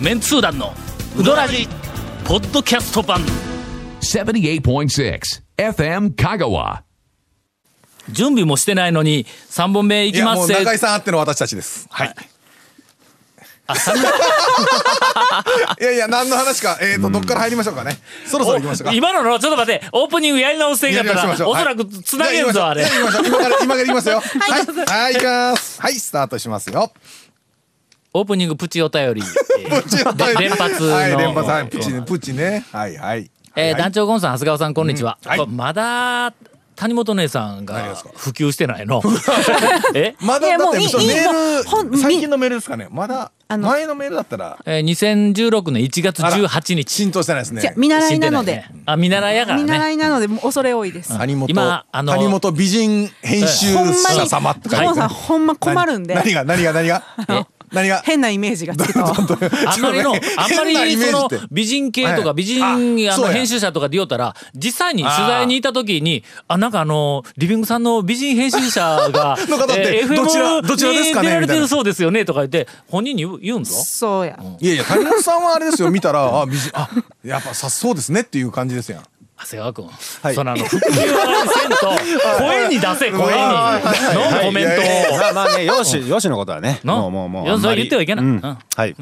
メンツー団のウドラジポッドキャスト版78.6 FM Kagawa. 準備もしてないのに3本目いいきやまもうすせ中井さんあっての私たちです。はい。あ三い やいや何の話かえっ、ー、とどっから入りましょうかね。そろそろ行きましょうか。今ののちょっと待ってオープニングやり直せんかったやりましょらうおそらくつなげんぞあれじゃ行きましょういや行きましょう今から今から行き ますよ。はいはい行きます。はいスタートしますよ。オープニングプチお便りえーはい連発のはい連発はいプチねプチねはいはい。えーはい団長ゴンさん長谷川さんこんにちは、はいこれまだ谷本姉さん何がですか普及してないの えまいだやだもっうていいそういいメほーんル最近のメールですかね。まだあの前のメールだったらえー2016年1月18日浸透してないですじゃねあ。見習いなので、死んないねあ見習いやから見習ねいなのでもう恐れ多いです、谷本今あの谷本美人編集ほんまに者様って書いて友るさんほんま困るんで何が何が何がえ何が変なイメージがつけたわあんまりの、あんま変なイりメージそのって美人系とはかい美人、ああそのうや編集者とかで言うたら、実際に取材にいた時に、あ、なんかあの、リビングさんの美人編集者が、 の方ってどちらどちらですかにね出られみたているなそうですよねとか言って、本人に言う言うんぞ。そうや、いやいや、谷本さんはあれですよ、見たら、あ、美人、あ、やっぱさ、そうですねっていう感じですやん。長谷川君、はいそのあの、服をせんと、声に出せ、声に。のコメントを。まあまあね、よし、よしのことはね。のもうもうもう。よそあんまれり言ってはいけない。ううんんえはい。ー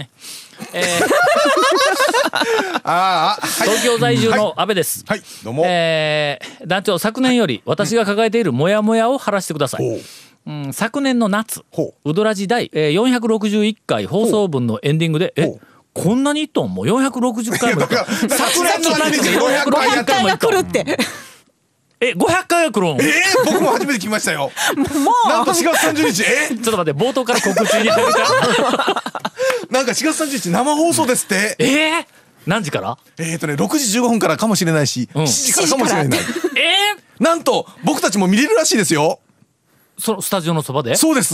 ああ、はい。東京在住の安倍です。はい、どうも。えー団長昨年より私が抱えているモヤモヤを晴らしてください、ほううん、昨年の夏ほウドラジ第えー461回放送分のエンディングでえほうこんなに一トンもう460回も行っとんだか昨ら年の夏で460 460 500回回も行がっと来んるって、え500回が来るんええ僕も初めて聞きましたよ。なんか4月30日、えちょっと待って冒頭から告知に入る かなんか4月30日生放送ですって。えー何時からえっとね、6時15分からかもしれないし、ん7時からかもしれない。えなんと、僕たちも見れるらしいですよ。ー、そのスタジオのそばでそうです。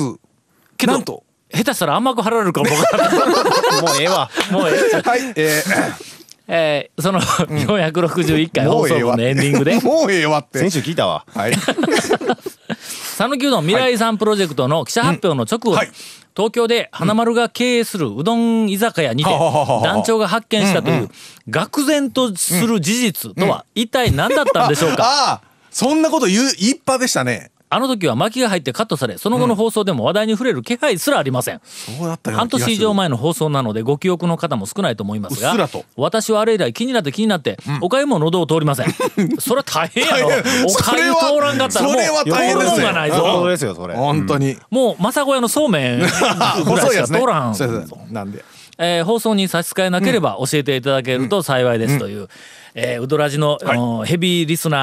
けどなんと。下手したら甘く張られるかもわからないもうええわ。 もうええはい、えーえーその461回も放う送ええ分わってのエンディングで もうええわって先。週聞いたわ。はい。讃岐うどん未来遺産プロジェクトの記者発表の直後、うんはい東京で花丸が経営するうどん居酒屋にてはあはあはあはあ団長が発見したという愕然とする事実とは一体何だったんでしょう かああ、そんなこと言う、一派でしたね。あの時は巻きが入ってカットされその後の放送でも話題に触れる気配すらありませんそうだったような半気がする年以上前の放送なのでご記憶の方も少ないと思いますがうっすらと私はあれ以来気になって気になっておかゆも喉を通り ませんそれは大変やろ大変おかゆ通らんかったらもうそれは通それは大変るですもよんがない本ぞ当ですよ、それ。本当に。もう政子屋のそう めんぐらいしか細いやつね。通らんそうそうそうなんで。えー放送に差し支えなければ教えていただけると幸いですという、えーウドラジの、あのヘビーリスはいナ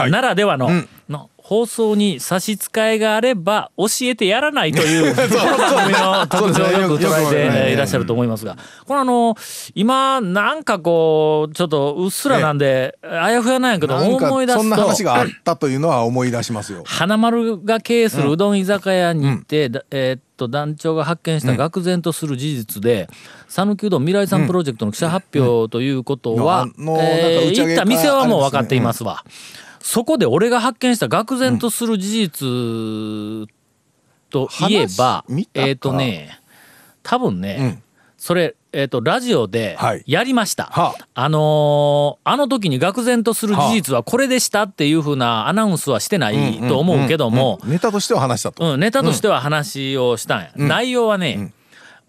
はーいならではの、の放送に差し支えがあれば教えてやらないと いうこの番組の特徴をよく捉えそうですねよくよくてえーいらっしゃると思いますがこれあの今なんかこうちょっとうっすらなんであやふやなんやけどなんか思い出そんすな話と。があったというのは思い出しますよ。花丸が経営するうどん居酒屋に行って、だえーっと団長が発見した愕然とする事実で讃岐、うどん未来産プロジェクトの記者発表ということは、うんあのなんえか打ーち上行っげたか店はもう分かっていますわ、そこで俺が発見した愕然とする事実といえば、話見たかえーっとね多分ね、それ、えー、とラジオではいやりました、はああのーあの時に愕然とする事実はこれでしたっていうふうなアナウンスはしてないと思うけども、ネタとしては話したと。うん、ネタとしては話をしたんや、内容はね、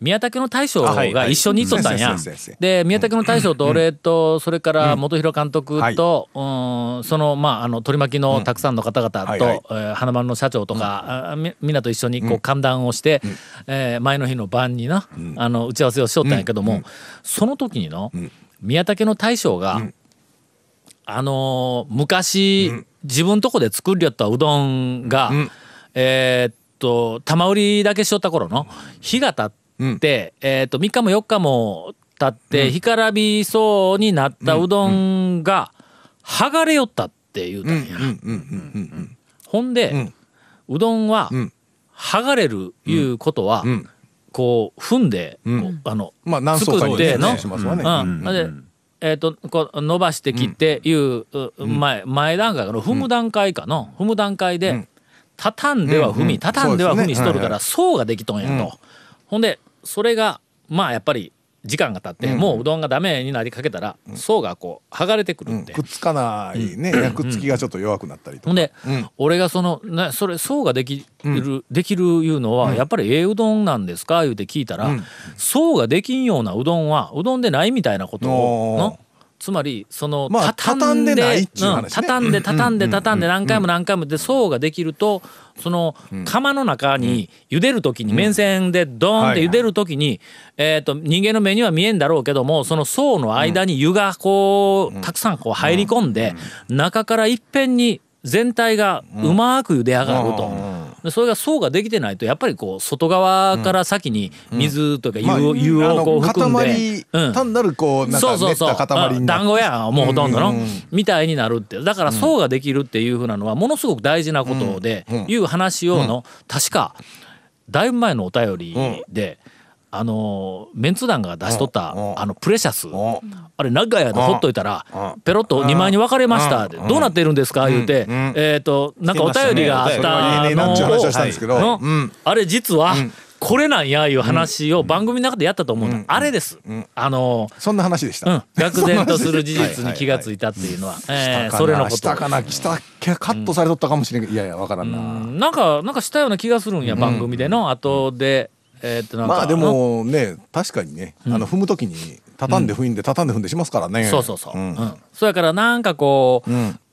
宮武の大将あはいがはい一緒に行っとったんや先生先生先生。で、宮武の大将と俺と、それから元弘監督と、うん、その、まあ、あの、取り巻きのたくさんの方々はいと、はいえー花丸の社長とか、あみみんなと一緒にこう、歓談をして、えー前の日の晩にな、あの、打ち合わせをしとったんやけども、その時にの、宮武の大将が、あのー昔、自分とこで作りよったうどんが、えーっと玉売りだけしよった頃の日が経って、えーっと3日も4日も経って、干からびそうになったうどんが、剥がれよったって言うたんや。ほんで、うどんは、剥がれるいうことは、こう踏んで、こうあのまあ何層か作にってのねしますわね。うん、で、えっ、と、こう伸ばして切っていう、う前、前段階の踏む段階かの、踏む段階で、畳んでは踏み、畳んでは踏みしとるから、層ができとんやと。ほんで、それが、まあやっぱり、時間が経って、もううどんがダメになりかけたら、層がこう剥がれてくるんで、くっつかないね、やくっつきがちょっと弱くなったりとほんか、で、俺がそのなそれ層ができる、できるいうのは、やっぱりええうどんなんですか言うて聞いたら、層ができんようなうどんはうどんでないみたいなことをおーのつまりその、まあ畳んでないっちゅう話ねん畳んで畳んで畳んで何回も何回もで層ができるとその釜の中に茹でる時に面線でドーンって茹でる時にえーと人間の目には見えんだろうけどもその層の間に湯がこうたくさんこう入り込んで中からいっぺんに全体がうまく茹で上がると。でそれが層ができてないとやっぱりこう外側から先に水というまかあ湯を湯あをのこう含んで塊、うん単なるこうなんそかうそ練うっそうた塊うにんな団る子やんもうほとんどの、みたいになるってだから層ができるっていうふうなのはものすごく大事なことで、いう話をの、確かだいぶ前のお便りで、あのーメンツ団が出しとった、あのプレシャス、あれ長い間ほっといたら、ペロッと2枚に分かれました、どうなってるんですか言うて、えっ、となんかお便りがあったねえねえのなんちゅう話をしたんをですけど、の、あれ実は、これなんやいう話を番組の中でやったと思うんだ、あれです、あのーそんな話でしうた。ん、愕然とする事実に気がついたっていうの は、えーそれのこしたと。かなしたっけカットされとったかもしれんけどいやいやわからんうな。んなんか、なんかしたような気がするんや、番組での、後で、えーっと、なんか。まあでもね確かにねあの踏むときに畳んで踏んで畳んで踏んでしますからね。そうそうそう。うんん。そうやからなんかこう、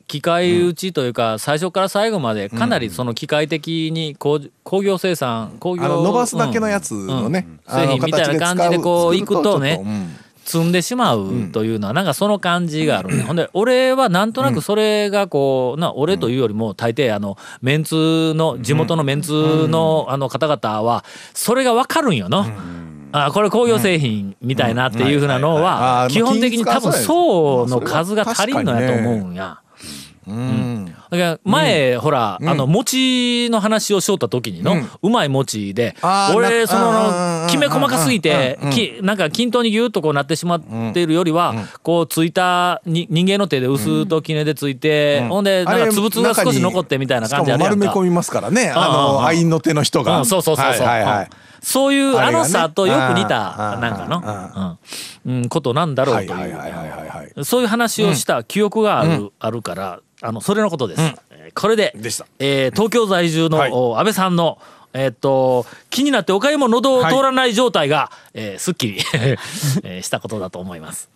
機械打ちというか、最初から最後までかなりその機械的に工工業生産、工業あの伸ばすだけのやつのねうんあ製の品みたいな感じでこうい形で使くと作るちょっね積んでしまうというのはなんかその感じがあるね、ほんで俺はなんとなくそれがこうな俺というよりも大抵あのメンツの地元のメンツのあの方々はそれがわかるんよな。あこれ工業製品みたいなっていうふうなのうんはうん基本的に多分層の数が足りんのやと思うんや。とうんだから前、ほら、あの餅の話をしよった時にの、うまい餅であー俺なそあのーきめ細かすぎてきなんか均等にギュッとこうなってしまっているよりは、こうついたに人間の手で薄ときねでついて、ほんでなんかつぶつぶが少し残ってみたいな感じあしるかやんも丸めか込。みますからねあうんうんうんのアインの手の人うが。ん、そうそうそうそう、はいはいはうんいそういうああれがねのさとよく似たあーなんかの、うんうん、ことなんだろはういとはいいうはいはいはいはい。そういう話をした記憶がある,、あるからあのそれのことです。えーこれででしたえー東京在住の、はいお安倍さんの、えーっと気になっておかゆも喉を通らない状態が、えーすっきり、 えーしたことだと思います。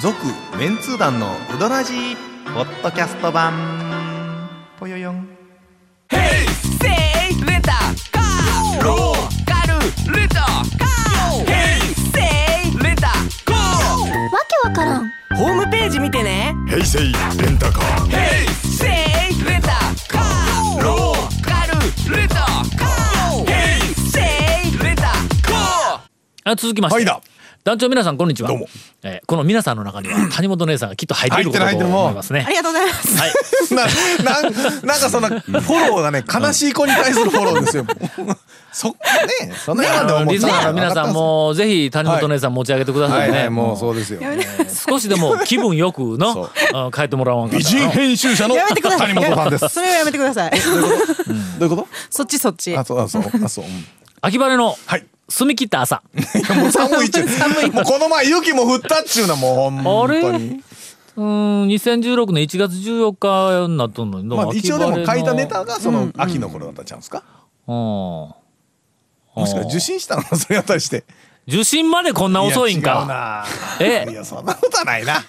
続メンツー団のウドラジーポッドキャスト版ぽよよんホームページ見てねあ続きまして、はいだ団長皆さんこんにちはどうも、えーこの皆さんの中に は谷本姉さんがきっと入っていることだ入ってとる入ってるもう思いますねあ。りがとうございます。はいななんなんかそのフォローがね悲しい子に対するフォローですよ。 そっかねそんなあ今での思っリスたナーの皆さんもぜひ谷本姉さん持ち上げてくださはいいはね。いもうそうですよ。少しでも気分よくの そうあ書いてもらわんかっ美たら人編集者のやめてください。谷本さんです。それはやめてください。どういうこそっちそっちと？。あそうあそうあそう。うん秋晴れのはい。澄み切った朝。いやもう寒いっちゅう。もうこの前雪も降ったっちゅうなもうほんあれとに。うーん2016年1月14日になっとんのにどうまあ一応でも秋書晴れいのたネタがその秋の頃だったちゃうんですか。うんもしかして受信したのそれやったりして。受信までこんな遅いんかいや。違うえな。いやそんなことはないな。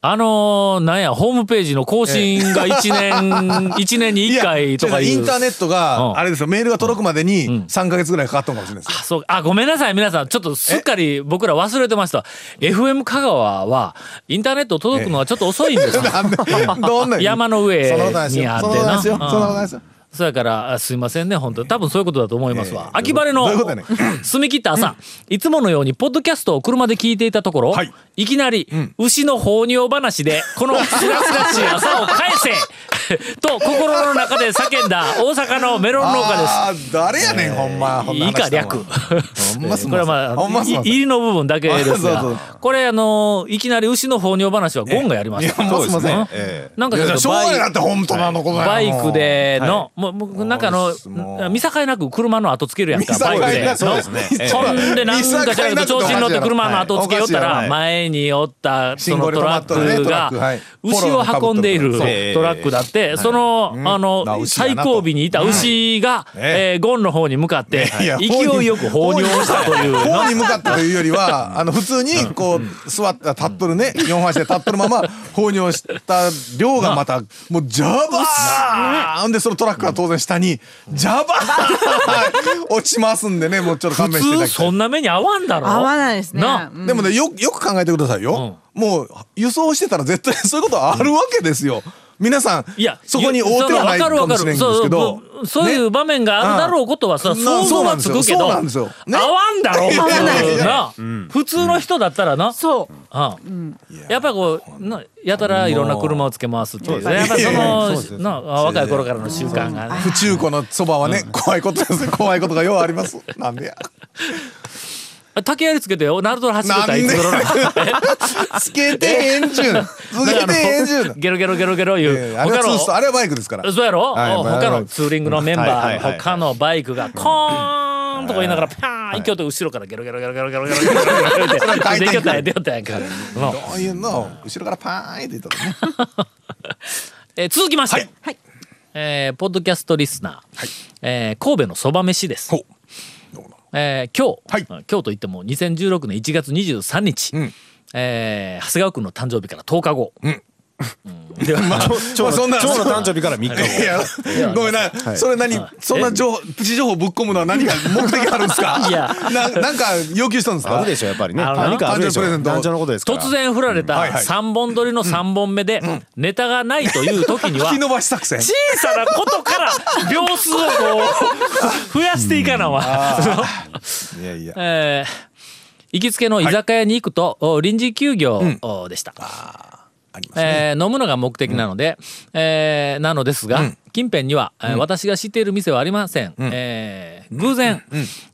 あのー、なんやホームページの更新が1年 一年に1回とかいやい違ううインターネットうんがあれですよメールが届くまでに3か月ぐらいかかったのかもしれないですよあそうあごめんなさい皆さんちょっとすっかり僕ら忘れてました FM 香川はインターネット届くのはちょっと遅いんですよなんでどんな山の上そんなことないですによあっそんなことてないなですようんそんなことないですよそやからあすいませんね本当に多分そういうことだと思いますわ、ええ秋晴れのどういうことやね ん澄み切った朝、いつものようにポッドキャストを車で聞いていたところ、はいい、きなり、牛の放尿話でこのすがすがしい朝を返せ と心の中で叫んだ大阪のメロン農家です。あー誰やねん、ほんま。ほんな以話下した 略。のほん ますんこれはまあ、ほんますんい入りの部分だけですあ そうがそ、これあの、いきなり牛の放尿話はゴンがやりました。いやほんますんねえなんかいちょやっといやしょうがないだって本当なのこのバイクでの、もうもう、なんかあものうすも、う見境なく車の後つけるやんか、見境バイクなで。くそうですねのほんで、何分か知らんけど、調子に乗って車の後つけよったはら、い前におった、そ信号のでト止まラっとるねックがトラックはい、牛を運んでいるフォローの被っとるそトうラックだって、その、あまあの、牛や最なと後尾にいた牛が、えーゴンの方に向かって、いや勢いよく放尿したという。方に向かったというよ りは、あの、普通に、こう、座った、立っとるね、四足で立っとるまま、放尿した量がまた、もう、ジャバーンで、そのトラックは当然下に、ジャバーン 落ちますんでね、もうちょっと勘普弁していた通だきたそい。んな目に合わんだろ合わないですね。なうんでもね、よ、よく考えてくださいよ。もう、輸送してたら絶対 そういうことあるわけですよ。皆さんいや、、そこに大手はないかもしれんですそけうどそう、そういうね場面があるだろうことはさ、な想像はつくけど、そうなんですよそう合なんですよねわんだろう合わないうんな普通の人だったらな、そう。うんやっぱこうなやたらいろんな車をつけ回すっていうねやっぱそそうのですよな若い頃からの習慣がね不中古のそばはね、怖いことですね怖いことがようあります。なんでや。竹槍つけてよナルトの走ってたらいつ 頃なのつけてへんじゅん。つ けてへんじゅん。 ゲロゲロゲロゲロいうえーあれはツーストあれはバイクですから。そうやろ、はいおまあ他のツーリングのメンバはいー、はいはい他のバイクがコーンとか言いながら、ピャーン、勢いと後ろからゲロゲロゲロゲロゲロゲロゲロゲロゲロれは回って、で、転出よったんや、出よったんやんか。もうああいうのを後ろからパーンって言ったらね。えー続きまして、はい。えーポッドキャストリスナー、えー神戸のそば飯です。えー今日、はい今日といっても2016年1月23日、うんえー長谷川君の誕生日から10日後、まあ、まあそんな。え。蝶の誕生日から3日いやごめんな、それ何、そんな情報プチ情報ぶっ込むのは何が目的あるんですかいやななんか要求したんですあかるでしょやっぱりねあのな何かあるでしょ誕生日プレゼント男女のことですから突然振られたはいはい3本撮りの3本目で、ネタがないという時には引き伸ばし作戦小さなことから秒数をこう増やしていかなは。そのいやいやえー行きつけの居酒屋に行くと、お臨時休業おでした、ありますね、えー飲むのが目的なので、えーなのですが、近辺には、えー私が知っている店はありません、えー偶然、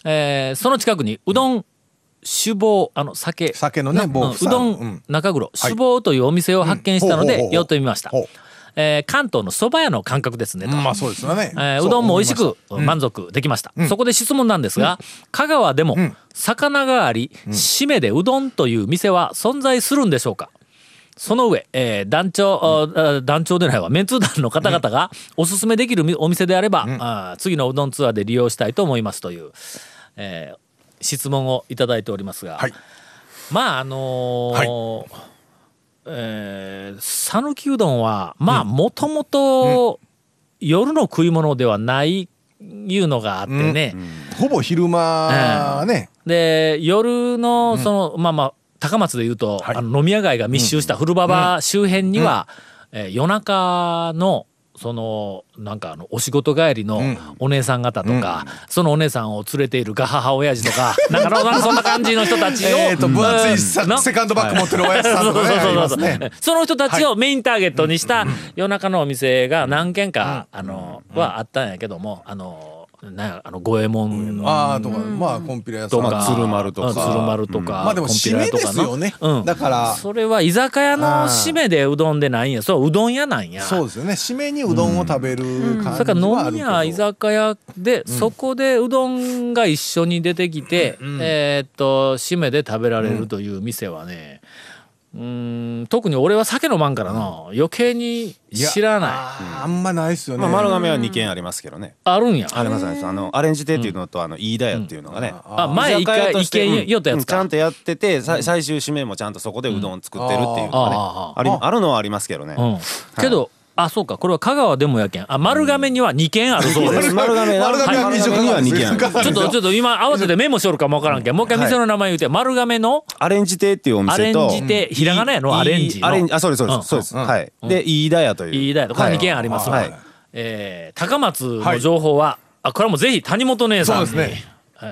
えーその近くにうどん酒坊あの酒酒のねう棒んう房どうんん中黒酒坊というお店を発見したのうんほうほうほでう寄ってみましたほう、えー関東の蕎麦屋の感覚ですねと、まあそうですよね、えーそううどんも美味し思くい満足できました、そこで質問なんですが、香川でも魚があり、締めでうどんという店は存在するんでしょうかその上、えー団長、あ団長でないわメンツー団の方々がおすすめできるみお店であれば、あー次のうどんツアーで利用したいと思いますという、えー質問をいただいておりますが、はいまああのーえー讃岐うどんはまあもともと夜の食い物ではないいうのがあってね、ますほぼ昼間ね、で夜のその、まあまあ高松でいうと、あの飲み屋街が密集した古馬場周辺には、えー夜中のそのなんかあのお仕事帰りのお姉さん方とか、そのお姉さんを連れているガハハ親父と かなんかそんな感じの人たちを、えーと分厚いうんなさセカンドバッグ持ってるおやつさんそうとそうかそねうそうそありますう、ねその人たちをメインターゲットにした夜中のお店が何軒か、あのはあったんやけどもあのなんやあの五右衛門のああとかまあコンピラ屋さとんか、まあ鶴丸とかうん鶴丸とか、まあでもコンピラ屋締めとでかなすよね、うん、だからそれは居酒屋の締めでうどんでないんやそううどん屋なんやそうですよね締めにうどんを食べる感じはあるだけかど、ら飲み屋居酒屋で、そこでうどんが一緒に出てきて、えーっと締めで食べられるという店はねうーん特に俺は酒飲まんからな余計に知らないあーあんまないっすよね、まあ丸亀は2軒ありますけどねあるんやありますありますあのアレンジ亭っていうのとあの飯田屋っていうのがねあ前一回一軒寄ったやつうんちか、ゃんとやっててさ最終締めもちゃんとそこでうどん作ってるっていうのがねあーありあるのはありますけどねうん、けどあそうかこれは香川でもやけんあ丸亀には2軒あるそうです丸亀丸亀は二軒は2軒ある ちょっとちょっと今慌ててメモしよるかもわからんけんもう一回店の名前言うて、丸亀のアレンジ亭っていうお店とアレンジ亭ひらがなやのいいアレンジのアレンジあそうですそうです、うんそうです、はいで飯田屋という飯田屋とこれはい2軒ありますわ、はいえー高松の情報は、あこれはもうぜひ谷本姉さんにそうですねは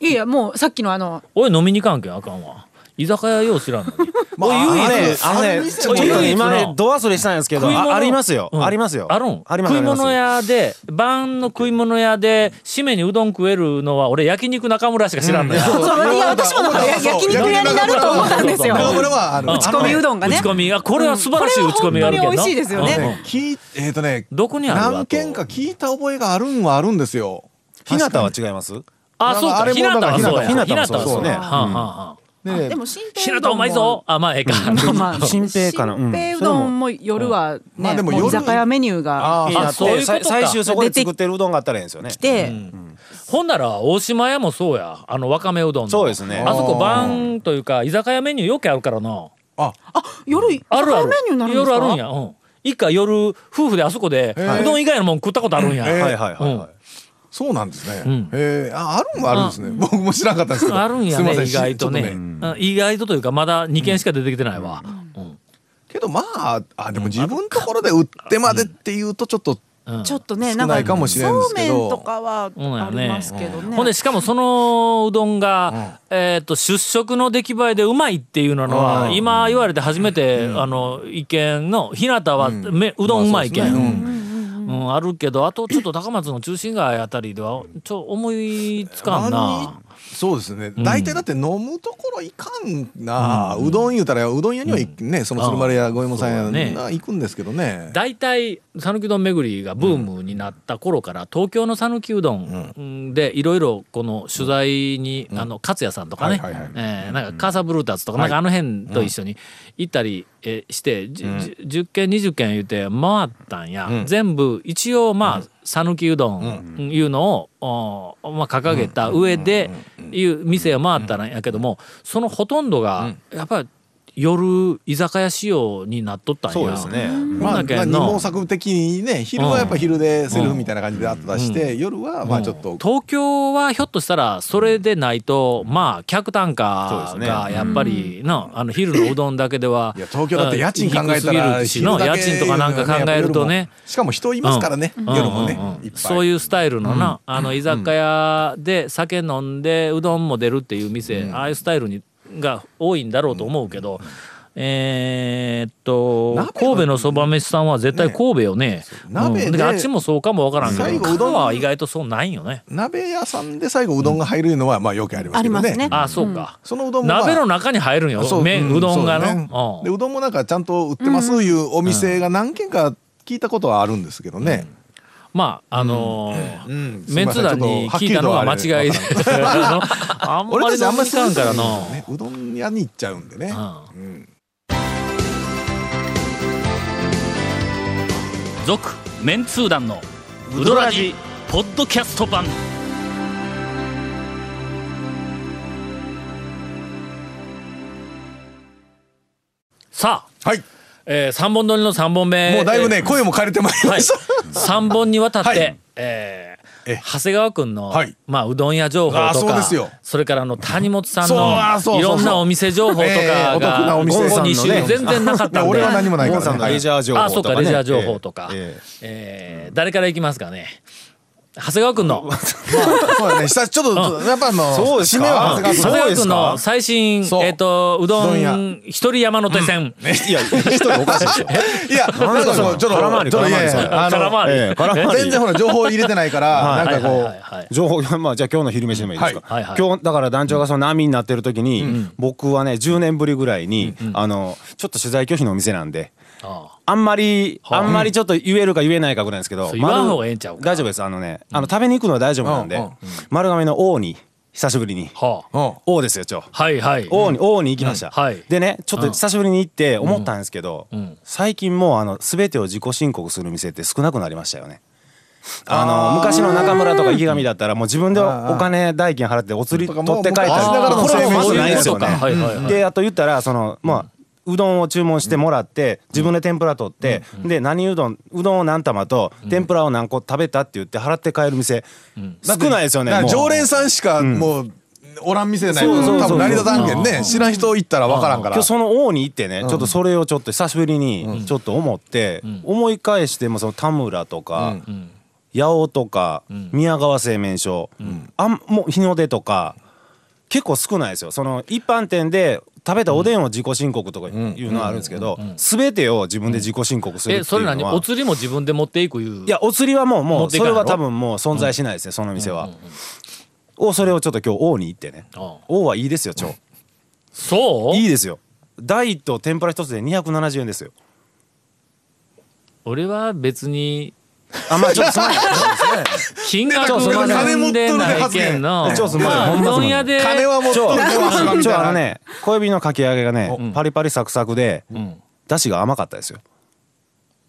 いいやもうさっきのあのおい飲みに行かんけんあかんわ居酒屋よう知らんの にまああ、のね、あのあねの、店ちょっと唯一のね今ね、ド忘れしたんですけど、食い物あありますよう。んありますよ。あるんあります食い物。ありま屋で晩の食い物屋で締めにうどん食えるのは俺焼肉中村しか知らんのよ、そういや私もなんかや焼肉屋になると思ったんですよ。そうこれはあるうん打ち込みうどんがね打ち込みがこれは素晴らしい打ち込みがあるけどこれは本当に美味しいですよねうんうん聞いえっ、とねどこにあるわと何件か聞いた覚えがあるんはあるんですよす日向は違いますあそうあかれ日も向なはんかそうや日向ははそやそううですそうねやはんはんはんねでも新日平う向どうんまいぞも。あ まあええかまあ新兵かな。新平うどんも。も夜はまあね、でもも夜う居酒屋メニューがあ日ー向あそういうことかさ最終そこで作ってるうどんがあったらいいんですよね来。て、ほんなら大島屋もそうやあのわかめうどんのそうですねあそこ晩というか居酒屋メニューよくあるからなああ夜居あ酒るあ屋るメニューになるんです夜か。あるんやうん一回夜夫婦であそこでーうどん以外のもん食ったことあるんやへーはいはいはいはい。そうなんですね、うんえああるんはあるんですね、僕も知らなかったんですけどあるんやすいませねん意外とねちょっうん意外とというかまだ2件しか出てきてないわうんけどまああでも自分のところで売ってまでっていうとちょっと、うんちょっとね、少ないかもしれんですそうけめどんとかはうんやあねりますけどね。ほんでしかもそのうどんが、えっと出食の出来栄えでうまいっていうのは、うん今言われて初めて、あの意見の日向はめ、うどんうまいけん、まあそうですうねんあるけどあとちょっと高松の中心街あたりではちょ思いつかんなあ。んそうですね、ん大体だって飲むところいかんな、うどん言うたらうどん屋には行くね、その鶴丸や五右衛門さんやそうだねな行くんですけどね大体讃岐うどん巡りがブームになった頃から、東京の讃岐うどんでいろいろこの取材に、あの勝也さんとかねはいはいはいえーなんかカーサブルーターズとか,、なんかあの辺と一緒に行ったり、えーして、じじゅ10軒20軒言うて回ったんや、全部一応まあ讃岐うどんいうのを、おまあ、掲げた上でいう店を回ったんやけどもそのほとんどがやっぱり夜居酒屋仕様になっとったんや。そうですね。ほんまあ、だけまあ二の毛作的にね昼はやっぱ昼でセルフみたいな感じであったりして、夜はまあちょっと、東京はひょっとしたらそれでないとまあ客単価そうですがねやっぱりなあの昼のうどんだけではいや東京だって家賃考えたら低すぎるしの昼だ家け賃とかなんか考えるとねしかも人いますからね、夜もね、うんうんうんいっぱいそういうスタイルのな、あの居酒屋で酒飲んでうどんも出るっていう店、ああいうスタイルにが多いんだろうと思うけど、えーっと鍋は神戸のそば飯さんは絶対神戸よね鍋でうんあっちもそうかもわからんけ最ど後う香どん川は意外とそうないんよね鍋屋さんで最後うどんが入るのはまあよくありますあけりどますねね。ああそうか、そのうどんも、まあ、鍋の中に入るんよそう麺んうどんがそうだのねうんでうどんもなんかちゃんと売ってますいうお店が何軒か聞いたことはあるんですけどね、まああのーうんメンツ団に聞いたのは間違いで あん俺またりちあ飲んみまに行りかんからのねうどん屋に行っちゃうんでね、うん続メンツー団のウドラジポッドキャスト版さあ、はいえー、3本撮りの3本目もうだいぶね、声も枯れてまいりはまいした、、 3本にわたって、はいえーえ長谷川君の、はいまあ、うどん屋情報あーとそうかですよそれからあの谷本さんそうあーそうのそういろんなお店情報とかが、えーお得なお店ここ2さんのね週全然なかっいたやんで俺は何もないかゴンさら、んねのレジャー情あーそう報とかかね。レジャー情報とか、えええー誰からいきますかね長谷川君のそうだね久しちょっとやっぱあのそうです締かめは長谷川あ君長谷川君そうですのか最新そうえっ、とうどうどんん屋一人山手線、いや、一人おかしいでしょ。いや、なんかこう、ちょっと、ち絡まょっりと、い絡まやいりそうや、あ空の、回り、ええ空回り全然ほら、情報入れてないから、はないんかはこ、いうはいはい情報 まあじゃあ今日の昼飯でもいいですか、はいはいはい今日だから団長がその波になってる時に、僕はね10年ぶりぐらいに、あのちょっと取材拒否のお店なんでああんまり、はああ、んまりちょっと言えるか言えないかぐらいなんですけどそう言わん方がええんちゃうか大丈夫ですあのねあの食べに行くのは大丈夫なんで、うんうん丸亀の王に久しぶりーにはあうん王ですよちょはいはい王に王に行きました、うんはいでねちょっと久しぶりに行って思ったんですけど、ん最近もうあの全てを自己申告する店って少なくなりましたよねあの昔の中村とか池上だったらもう自分でお金代金払ってお釣とりか取もうって帰ったり昔ながらのこれもまずないですよねそういうことかはいはいはいであと言ったらそのまあうどんを注文してもらって自分で天ぷら取ってで何うどんうどんを何玉と天ぷらを何個食べたって言って払って帰る店少ないですよねだかもらう常連さんしか、もう、おらん店ないそうそうそう多分成り立たんけんうんね、知らん人行ったらわからんから今日。その王に行ってね、ちょっとそれをちょっと久しぶりにちょっと思って、思い返してもその田村とか、八尾とか、宮川製麺所、あんもう日の出とか結構少ないですよその一般店で食べたおでんを自己申告とかいうのはあるんですけど全てを自分で自己申告するっていえうそれ何のはお釣りも自分で持っていくいういやお釣りはもう持もっうていかそんやれろは多分もう存在しないですねその店は。をそれをちょっと今日王に行ってねああ王はいいですよ超そういいですよ大と天ぷら一つで270円ですよ俺は別にあまあちょっ とその金額そうそうでんでないけんのちょそうまあほうんまそどうん屋で金は持っとる超手はずみ超あたのいな。ね小指のかき揚げがねパリパリサクサクでんだしが甘かったですよ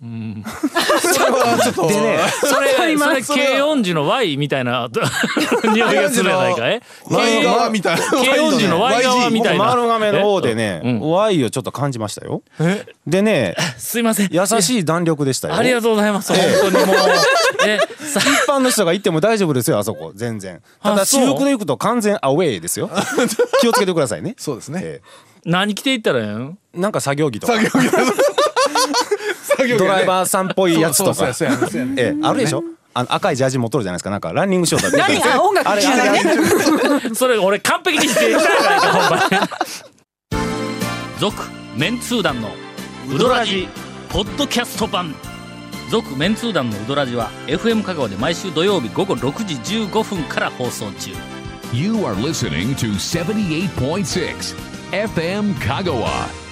それは ちょっと。でねそれちょっと今それ軽音時の Y みたい な匂いがするやないかいワイ側みたいな。軽音時の Y 側み僕たいな丸亀の王でえうんね Y をちょっと感じましたよでねすいません優しい弾力でしたよありがとうございます本当にもうえさ一般の人が行っても大丈夫ですよあそこ全然たあだそう私服で行くと完全アウェイで すよ気をつけてくださいねそうですね。え何着ていったらええんえなんか作業着とか作業着。作業着。ドライバーさんっぽいやつとそうかそうそうそうやね。ええあるでしょあの赤いジャージ持っとるじゃないですかなんかランニングショート何あ音楽聴あれきあながれらあねれそれ俺完璧に否定したやないかほんまに続メンツー団のウドラジポッドキャスト版続メンツー団のウドラジは FM 香川で毎週土曜日午後6時15分から放送中 You are listening to 78.6 FM Kagawa.